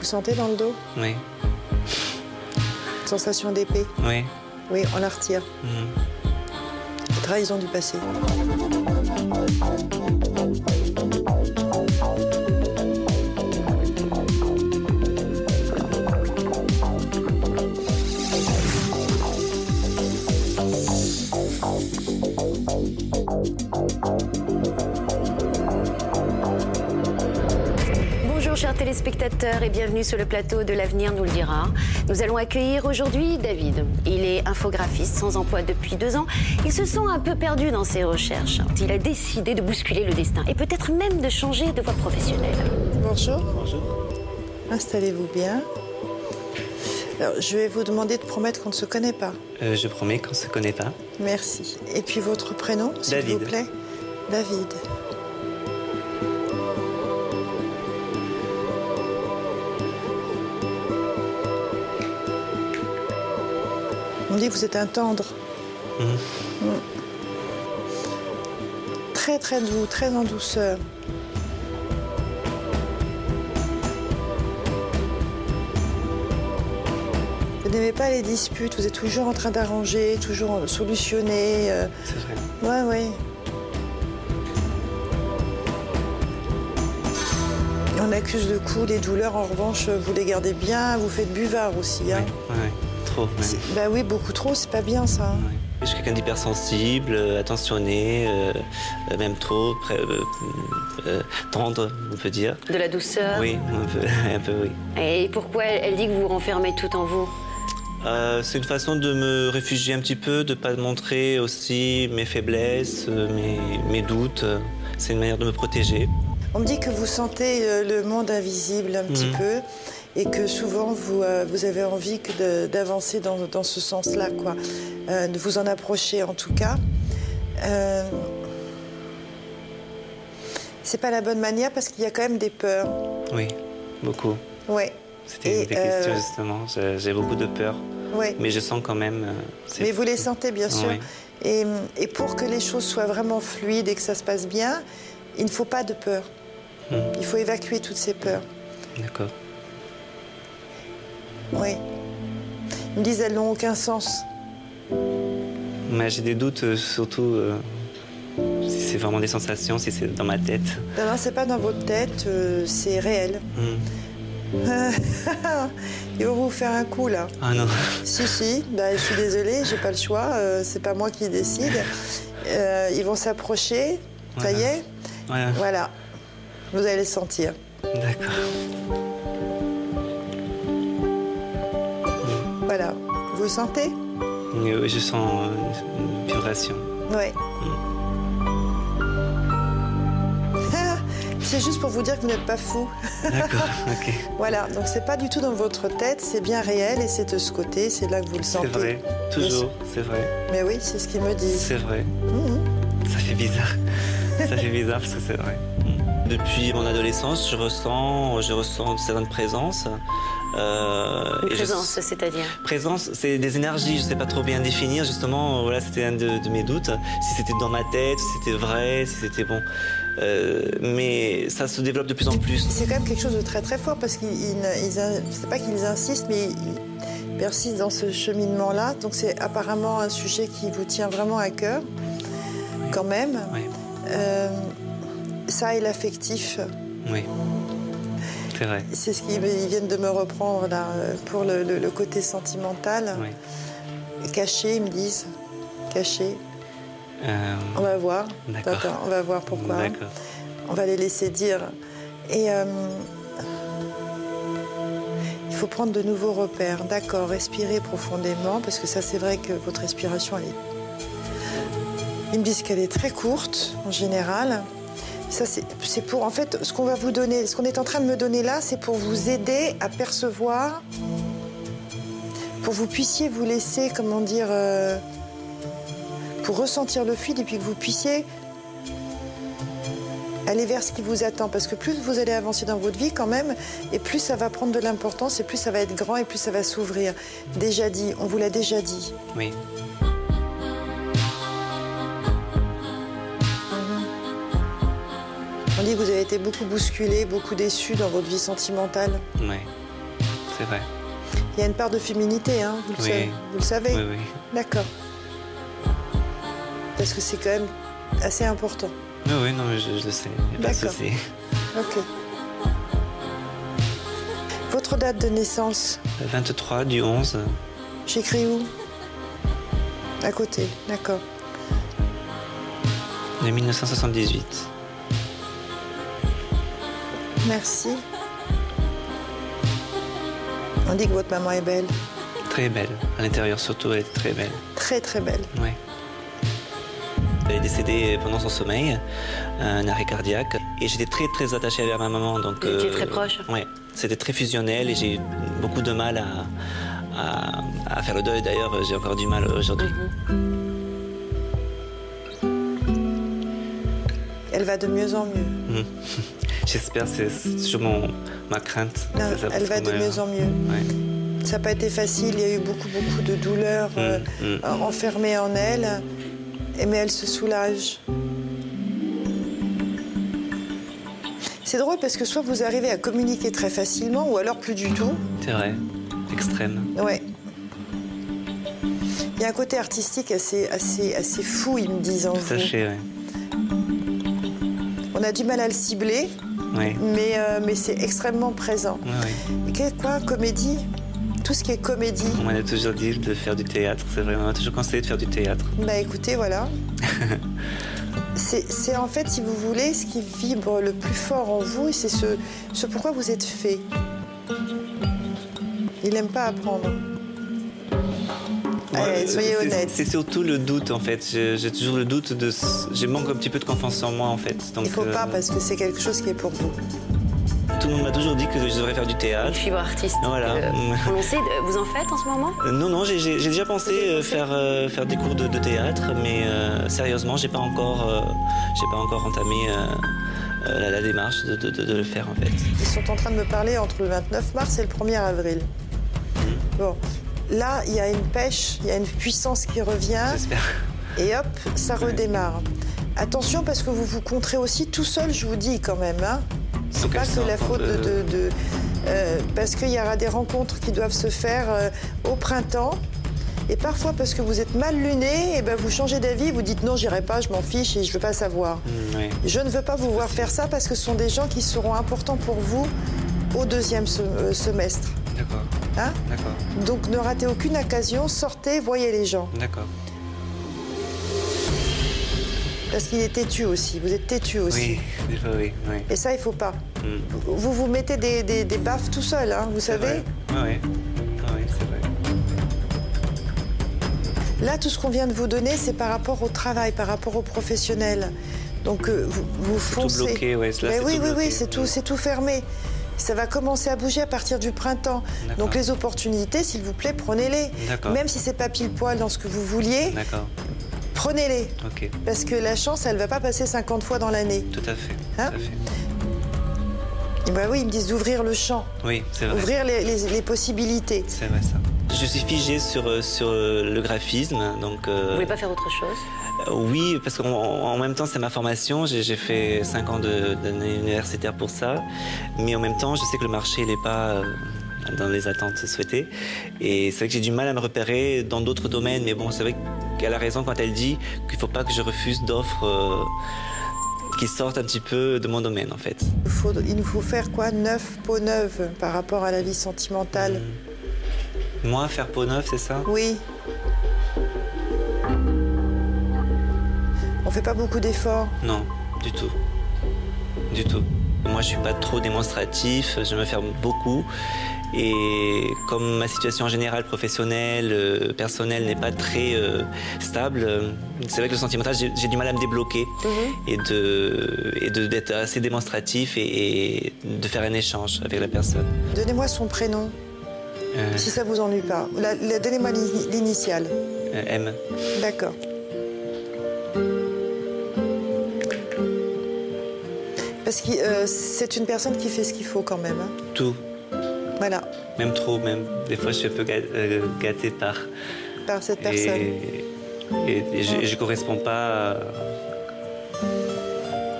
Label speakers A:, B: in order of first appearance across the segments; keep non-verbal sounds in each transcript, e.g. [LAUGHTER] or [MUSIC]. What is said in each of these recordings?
A: le sentez dans le dos
B: Oui,
A: Sensation d'épée.
B: oui.
A: Oui, on la retire.
B: Mhm.
A: Trahison du passé.
C: Bonjour chers téléspectateurs et bienvenue sur le plateau de l'avenir nous le dira. Nous allons accueillir aujourd'hui David. Il est infographiste sans emploi depuis deux ans. Il se sent un peu perdu dans ses recherches. Il a décidé de bousculer le destin et peut-être même de changer de voie professionnelle.
A: Bonjour. Bonjour. Installez-vous bien. Alors, je vais vous demander de promettre qu'on ne se connaît pas.
B: Euh, je promets qu'on se connaît pas.
A: Merci. Et puis votre prénom, s'il
B: David.
A: vous plaît David. On dit que vous êtes un tendre. Mm. Très très doux, très en douceur. Vous n'aimez pas les disputes, vous êtes toujours en train d'arranger, toujours en- solutionner. euh,
B: C'est
A: Ouais,
B: vrai.
A: ouais. Et On accuse le coup, les douleurs, en revanche, vous les gardez bien, vous faites buvard aussi. Hein.
B: Ouais, ouais, ouais. Trop, même.
A: C'est- Bah oui, beaucoup trop, c'est pas bien ça. hein.
B: Ouais. Je suis quelqu'un d'hypersensible, euh, attentionné, euh, euh, même trop, pré- euh, euh, tendre, on peut dire.
C: De la
A: Ah.
C: douceur.
B: Oui, un peu, [LAUGHS] un peu oui.
C: Et pourquoi elle, elle dit que vous vous renfermez tout en vous
B: Euh, c'est une façon de me réfugier un petit peu, de pas montrer aussi mes faiblesses, euh, mes, mes doutes. C'est une manière de me protéger.
A: On me dit que vous sentez euh, le monde invisible un petit
B: Mhm.
A: peu et que souvent vous, euh, vous avez envie que de- d'avancer dans, dans ce sens-là, quoi. Euh, de vous en approcher en tout cas. Euh, C'est pas la bonne manière parce qu'il y a quand même des peurs.
B: Oui, beaucoup.
A: Ouais.
B: C'était
A: Et,
B: une des
A: euh,
B: questions justement. Je- J'ai beaucoup de peur,
A: ouais.
B: mais je sens quand même. euh, c'est-
A: Mais vous les sentez bien sûr.
B: Ouais.
A: Et, et pour que les choses soient vraiment fluides et que ça se passe bien, il ne faut pas de peur.
B: Mhm.
A: Il faut évacuer toutes ces peurs.
B: D'accord.
A: Oui. Ils me disent elles n'ont aucun sens.
B: Mais j'ai des doutes, euh, surtout euh, si c'est vraiment des sensations, si c'est dans ma tête.
A: Ben Non, non, c'est pas dans votre tête, euh, c'est réel. [LAUGHS]
B: Hmm.
A: Ils vont vous faire un coup là.
B: Ah non. [LAUGHS]
A: Si, si, bah, je suis désolée, j'ai pas le choix, euh, c'est pas moi qui décide. Euh, ils vont s'approcher, ça y est,
B: Voilà.
A: voilà. Vous allez le sentir.
B: D'accord.
A: Voilà. Vous le sentez
B: Euh, Je sens euh, une vibration.
A: Ouais. Ah, C'est juste pour vous dire que vous n'êtes pas fou. [LAUGHS]
B: D'accord. ok.
A: Voilà, donc c'est pas du tout dans votre tête, c'est bien réel et c'est de ce côté, c'est là que vous le
B: C'est
A: sentez.
B: vrai. Toujours. C'est vrai.
A: Mais oui, c'est ce qu'ils me disent.
B: C'est vrai.
A: Mhm.
B: Ça
A: [LAUGHS]
B: fait bizarre. Ça fait bizarre parce que c'est vrai. Hmm. Depuis mon adolescence, je ressens, je ressens une certaine présence. euh,
C: Une
B: et je-
C: présence, c'est-à-dire
B: Présence, c'est des énergies, je sais pas trop bien définir. Justement, euh, voilà, c'était un de, de mes doutes. Si c'était dans ma tête, si c'était vrai, si c'était bon. Euh, mais ça se développe de plus en plus.
A: C'est quand même quelque chose de très très fort parce qu'ils, ils- ils in- c'est pas qu'ils insistent, mais ils persistent dans ce cheminement-là. Donc c'est apparemment un sujet qui vous tient vraiment à cœur, quand même.
B: Oui,
A: Euh, ça et l'affectif.
B: oui. C'est vrai.
A: C'est ce qu'ils ils viennent de me reprendre là, euh, pour le, le- le côté sentimental.
B: Oui.
A: Caché, ils me disent. Caché.
B: Euh,
A: On va voir.
B: D'accord.
A: on va voir pourquoi.
B: D'accord.
A: On va les laisser dire. Et euh, il faut prendre de nouveaux repères. D'accord, respirez profondément, parce que ça, c'est vrai que votre respiration, elle est. Ils me disent qu'elle est très courte, en général. Ça, c'est c'est pour. En fait, ce qu'on va vous donner, ce qu'on est en train de me donner là, c'est pour vous aider à percevoir, pour que vous puissiez vous laisser, comment dire. euh, pour ressentir le fluide et puis que vous puissiez Allez vers ce qui vous attend, parce que plus vous allez avancer dans votre vie quand même, et plus ça va prendre de l'importance, et plus ça va être grand, et plus ça va s'ouvrir. Déjà dit, on vous l'a déjà dit.
B: Oui.
A: On dit que vous avez été beaucoup bousculé, beaucoup déçu dans votre vie sentimentale.
B: Oui. c'est vrai.
A: Il y a une part de féminité, hein, vous, le
B: Oui.
A: savez, vous le savez.
B: Oui, oui.
A: D'accord. Parce que c'est quand même assez important.
B: Oui, oui, non, mais je, je le sais. Il n'y a pas de
A: D'accord.
B: souci.
A: Ok. Votre date de naissance,
B: 23 du 11.
A: j'écris où À côté, d'accord.
B: de 1978.
A: Merci. On dit que votre maman est belle.
B: Très belle. À l'intérieur surtout, elle était très belle.
A: Très très belle.
B: Oui. Elle est décédée pendant son sommeil, un arrêt cardiaque. Et j'étais très très attaché à ma maman. Donc, euh,
C: Vous étiez très proche.
B: Ouais. C'était très fusionnel et j'ai eu beaucoup de mal à, à- à faire le deuil. D'ailleurs, j'ai encore du mal aujourd'hui.
C: Mhm.
A: Elle va de mieux en mieux.
B: Mm. J'espère, c'est c'est toujours mon, ma crainte.
A: Non,
B: C'est ça,
A: elle
B: parce
A: va
B: qu'on
A: de
B: me-
A: mieux en mieux.
B: Ouais.
A: Ça n'a pas été facile, il y a eu beaucoup, beaucoup de douleurs euh,
B: Mm, mm.
A: enfermées en elle, et- mais elle se soulage. C'est drôle parce que soit vous arrivez à communiquer très facilement, ou alors plus du tout.
B: C'est vrai. Extrême.
A: Ouais. Il y a un côté artistique assez, assez, assez fou, ils me disent en vous.
B: Sachez, ouais.
A: On a du mal à le cibler,
B: Ouais.
A: mais, euh, mais c'est extrêmement présent.
B: Ouais, ouais.
A: Qu'est- Quoi, comédie Tout ce qui est comédie.
B: On m'a toujours dit de faire du théâtre. C'est vrai, on m'a toujours conseillé de faire du théâtre.
A: Bah écoutez,
B: [LAUGHS]
A: voilà. c'est c'est en fait, si vous voulez, ce qui vibre le plus fort en vous, et c'est ce, ce pourquoi vous êtes fait. Il n'aime pas apprendre. Allez,
B: Ouais,
A: soyez
B: c'est-
A: honnête.
B: C'est surtout le doute en fait. J'ai j'ai toujours le doute de. ce- J'ai manque un petit peu de confiance en moi en fait. Donc,
A: Il faut
B: euh,
A: pas parce que c'est quelque chose qui est pour vous.
B: Tout le monde m'a toujours dit que je devrais faire du
C: Une
B: théâtre.
C: fibre artistique
B: Voilà. Mm.
C: euh, prononcée. De- Vous en faites en ce moment
B: Euh, Non, non, j'ai- j'ai j'ai déjà pensé euh, faire, euh, faire des cours de, de théâtre, mais euh, sérieusement, j'ai pas encore, euh, j'ai pas encore entamé euh, euh, la, la démarche de, de- de- de le faire en fait.
A: Ils sont en train de me parler entre le 29 mars et le 1er avril.
B: Mmh.
A: Bon, là, il y a une pêche, il y a une puissance qui revient.
B: J'espère.
A: Et hop, ça redémarre. Attention parce que vous vous compterez aussi tout seul, je vous dis quand même. Hein. C'est
B: Donc,
A: pas
B: elles sont
A: que la
B: en train
A: faute de...
B: de-
A: de- de- euh, parce qu'il y aura des rencontres qui doivent se faire euh, au printemps. Et parfois, parce que vous êtes mal luné, et ben vous changez d'avis, vous dites non, j'irai pas, je m'en fiche et je veux pas savoir.
B: Mm, ouais.
A: Je ne veux pas vous voir faire ça parce que ce sont des gens qui seront importants pour vous au deuxième se- euh, semestre.
B: D'accord.
A: Hein
B: D'accord.
A: Donc ne ratez aucune occasion, sortez, voyez les gens.
B: D'accord.
A: Parce qu'il est têtu aussi, vous êtes têtu aussi.
B: Oui. Des fois, oui. oui.
A: Et ça, il faut pas.
B: Mm.
A: Vous vous mettez des, des, des baffes tout seul, hein, vous
B: C'est
A: savez.
B: vrai. Ouais, ouais. Ouais, c'est vrai.
A: Là, tout ce qu'on vient de vous donner, c'est par rapport au travail, par rapport aux professionnels. Donc, euh, vous, vous foncez.
B: bloqué, ouais, là,
A: Mais oui,
B: c'est tout
A: oui, oui,
B: bloqué.
A: c'est tout, c'est tout fermé. Ça va commencer à bouger à partir du printemps.
B: D'accord. Ah.
A: Donc, les opportunités, s'il vous plaît, prenez-les.
B: D'accord.
A: Même si c'est pas pile poil dans ce que vous vouliez,
B: D'accord.
A: prenez-les.
B: Ok.
A: Parce que la chance, elle va pas passer 50 fois dans l'année.
B: Tout à fait.
A: Hein
B: tout à fait.
A: Et ben oui, ils me disent d'ouvrir le champ,
B: Oui, c'est vrai.
A: ouvrir les- les- les possibilités.
B: C'est vrai ça. Je suis figé sur, euh, sur euh, le graphisme, donc euh,
C: Vous voulez pas faire autre chose
B: euh, oui, parce qu'en en même temps c'est ma formation, j'ai j'ai fait 5 ans de- d'années universitaires pour ça, mais en même temps je sais que le marché n'est pas euh, dans les attentes souhaitées, et c'est vrai que j'ai du mal à me repérer dans d'autres domaines, mais bon c'est vrai qu'elle a raison quand elle dit qu'il ne faut pas que je refuse d'offres euh, qui sortent un petit peu de mon domaine en fait.
A: Il faut- il nous faut faire quoi Neuf peaux neuves par rapport à la vie sentimentale.
B: Moi faire peau neuve c'est ça
A: Oui. On fait pas beaucoup d'efforts.
B: Non, du tout. Du tout. Moi, je suis pas trop démonstratif, je me ferme beaucoup. Et comme ma situation générale, professionnelle, euh, personnelle n'est pas très euh, stable, euh, c'est vrai que le sentimental, j'ai j'ai du mal à me débloquer et de et de- d'être assez démonstratif et, et de faire un échange avec la personne.
A: Donnez-moi son prénom,
B: Euh,
A: si ça vous ennuie pas. La- la- Donnez-moi l'ini- l'initiale.
B: euh, M.
A: D'accord. Parce que euh, c'est une personne qui fait ce qu'il faut quand même. hein.
B: Tout.
A: Voilà,
B: Même trop, même. Des fois, je suis un peu gâ- euh, gâté par.
A: par cette
B: Et,
A: personne.
B: et- et je, ne correspond pas euh,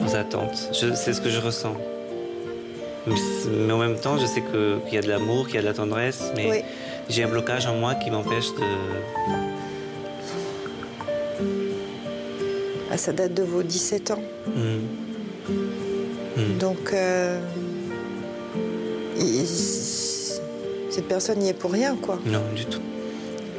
B: à- aux attentes. Je- C'est ce que je ressens. Mais en même temps, je sais que- qu'il y a de l'amour, qu'il y a de la tendresse, mais
A: Oui.
B: j'ai un blocage en moi qui m'empêche de.
A: Ah, ça date de vos 17 ans.
B: Hmm.
A: Donc, euh, il- cette personne n'y est pour rien, quoi.
B: Non, du tout.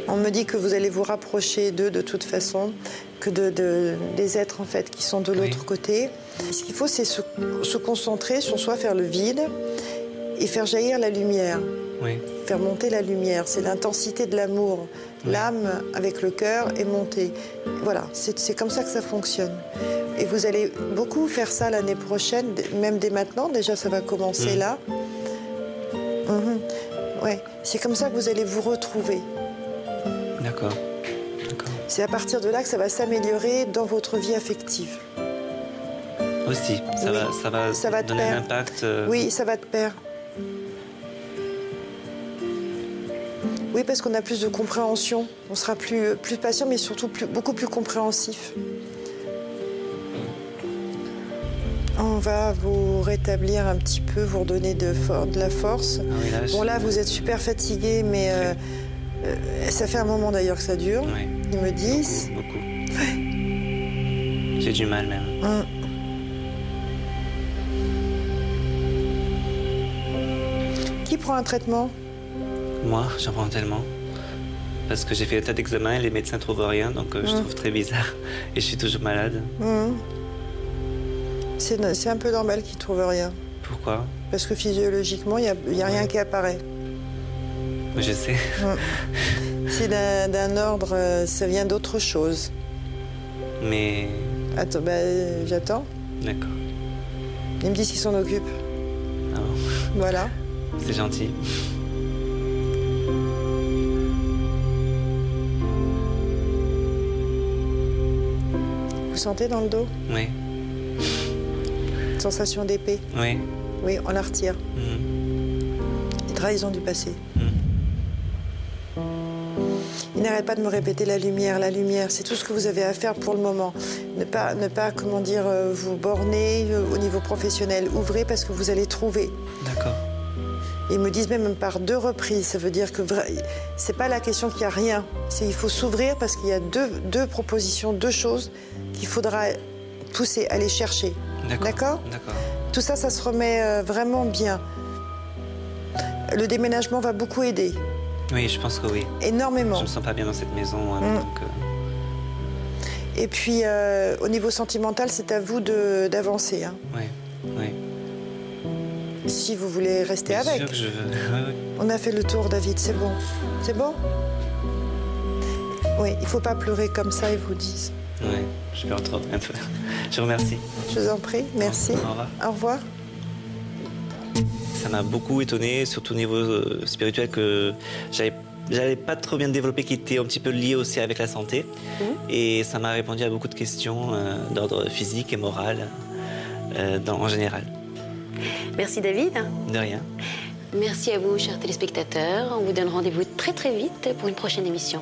A: On me dit que vous allez vous rapprocher d'eux de toute façon, que de, de- des êtres en fait qui sont de l'autre
B: Oui.
A: côté. Ce qu'il faut, c'est se, se concentrer sur soi, faire le vide et faire jaillir la lumière,
B: Oui.
A: faire monter la lumière. C'est l'intensité de l'amour.
B: Oui.
A: L'âme avec le cœur est montée. Voilà, c'est c'est comme ça que ça fonctionne. Et vous allez beaucoup faire ça l'année prochaine, d- même dès maintenant. Déjà, ça va commencer
B: Mhm.
A: là. Mhm. Ouais, c'est comme ça que vous allez vous retrouver.
B: D'accord. D'accord.
A: C'est à partir de là que ça va s'améliorer dans votre vie affective.
B: Aussi, ça
A: Oui.
B: va, ça va,
A: Ça va de
B: donner
A: pair.
B: un impact. euh,
A: Oui, ça va de pair. Oui, parce qu'on a plus de compréhension. On sera plus, plus patient, mais surtout plus- beaucoup plus compréhensif. On va vous rétablir un petit peu, vous redonner de, for- de la force.
B: ah oui, là, je-
A: Bon, là, vous êtes super fatigué, mais euh, euh, ça fait un moment d'ailleurs que ça dure.
B: Ouais,
A: Ils me disent.
B: beaucoup. beaucoup. J'ai du mal même.
A: Hum. Qui prend un traitement
B: Moi, j'en prends tellement. Parce que j'ai fait un tas d'examens et les médecins trouvent rien, donc euh, je
A: Mm.
B: trouve très bizarre. [LAUGHS] Et je suis toujours malade.
A: Hum. Mmh. C'est c'est un peu normal qu'ils trouvent rien.
B: Pourquoi
A: Parce que physiologiquement, il n'y a, il y a rien qui apparaît.
B: Je sais.
A: C'est d'un d'un ordre, euh, ça vient d'autre chose.
B: Mais.
A: Attends, bah, euh, j'attends.
B: D'accord.
A: Ils me disent qu'ils s'en occupent.
B: Ah bon,
A: Voilà.
B: C'est gentil.
A: Vous sentez dans le dos
B: Oui.
A: Sensation d'épée.
B: Oui.
A: Oui, on la retire.
B: Mm.
A: Les trahisons du passé.
B: Mm.
A: Il n'arrête pas de me répéter la lumière, la lumière. C'est tout ce que vous avez à faire pour le moment. Ne pas, ne pas comment dire, euh, vous borner euh, au niveau professionnel. Ouvrez parce que vous allez trouver.
B: D'accord.
A: Ils me disent même par deux reprises. Ça veut dire que vra- c'est pas la question qu'il y a rien. C'est il faut s'ouvrir parce qu'il y a deux, deux propositions, deux choses qu'il faudra pousser, aller chercher. D'accord
B: D'accord.
A: Tout ça, ça se remet euh, vraiment bien. Le déménagement va beaucoup aider,
B: Oui, je pense que oui.
A: énormément.
B: Je me sens pas bien dans cette maison. hein,
A: Mm.
B: donc, euh,
A: Et puis, euh, au niveau sentimental, c'est à vous de- d'avancer. hein.
B: ouais, ouais.
A: Si vous voulez rester
B: Bien
A: avec.
B: sûr que je veux. [LAUGHS] Ouais, ouais.
A: On a fait le tour, David, c'est bon. C'est bon Oui, il faut pas pleurer comme ça, ils vous disent.
B: Ouais, je pleure trop un peu. [LAUGHS] Je vous remercie.
A: Je vous en prie, merci.
B: Au revoir.
A: Au revoir.
B: Ça m'a beaucoup étonné, surtout au niveau euh, spirituel, que j'avais j'avais pas trop bien développé, qui était un petit peu lié aussi avec la santé. Et ça m'a répondu à beaucoup de questions euh, d'ordre physique et moral, euh, dans- en général.
C: Merci David.
B: De rien.
C: Merci à vous, chers téléspectateurs. On vous donne rendez-vous très très vite pour une prochaine émission.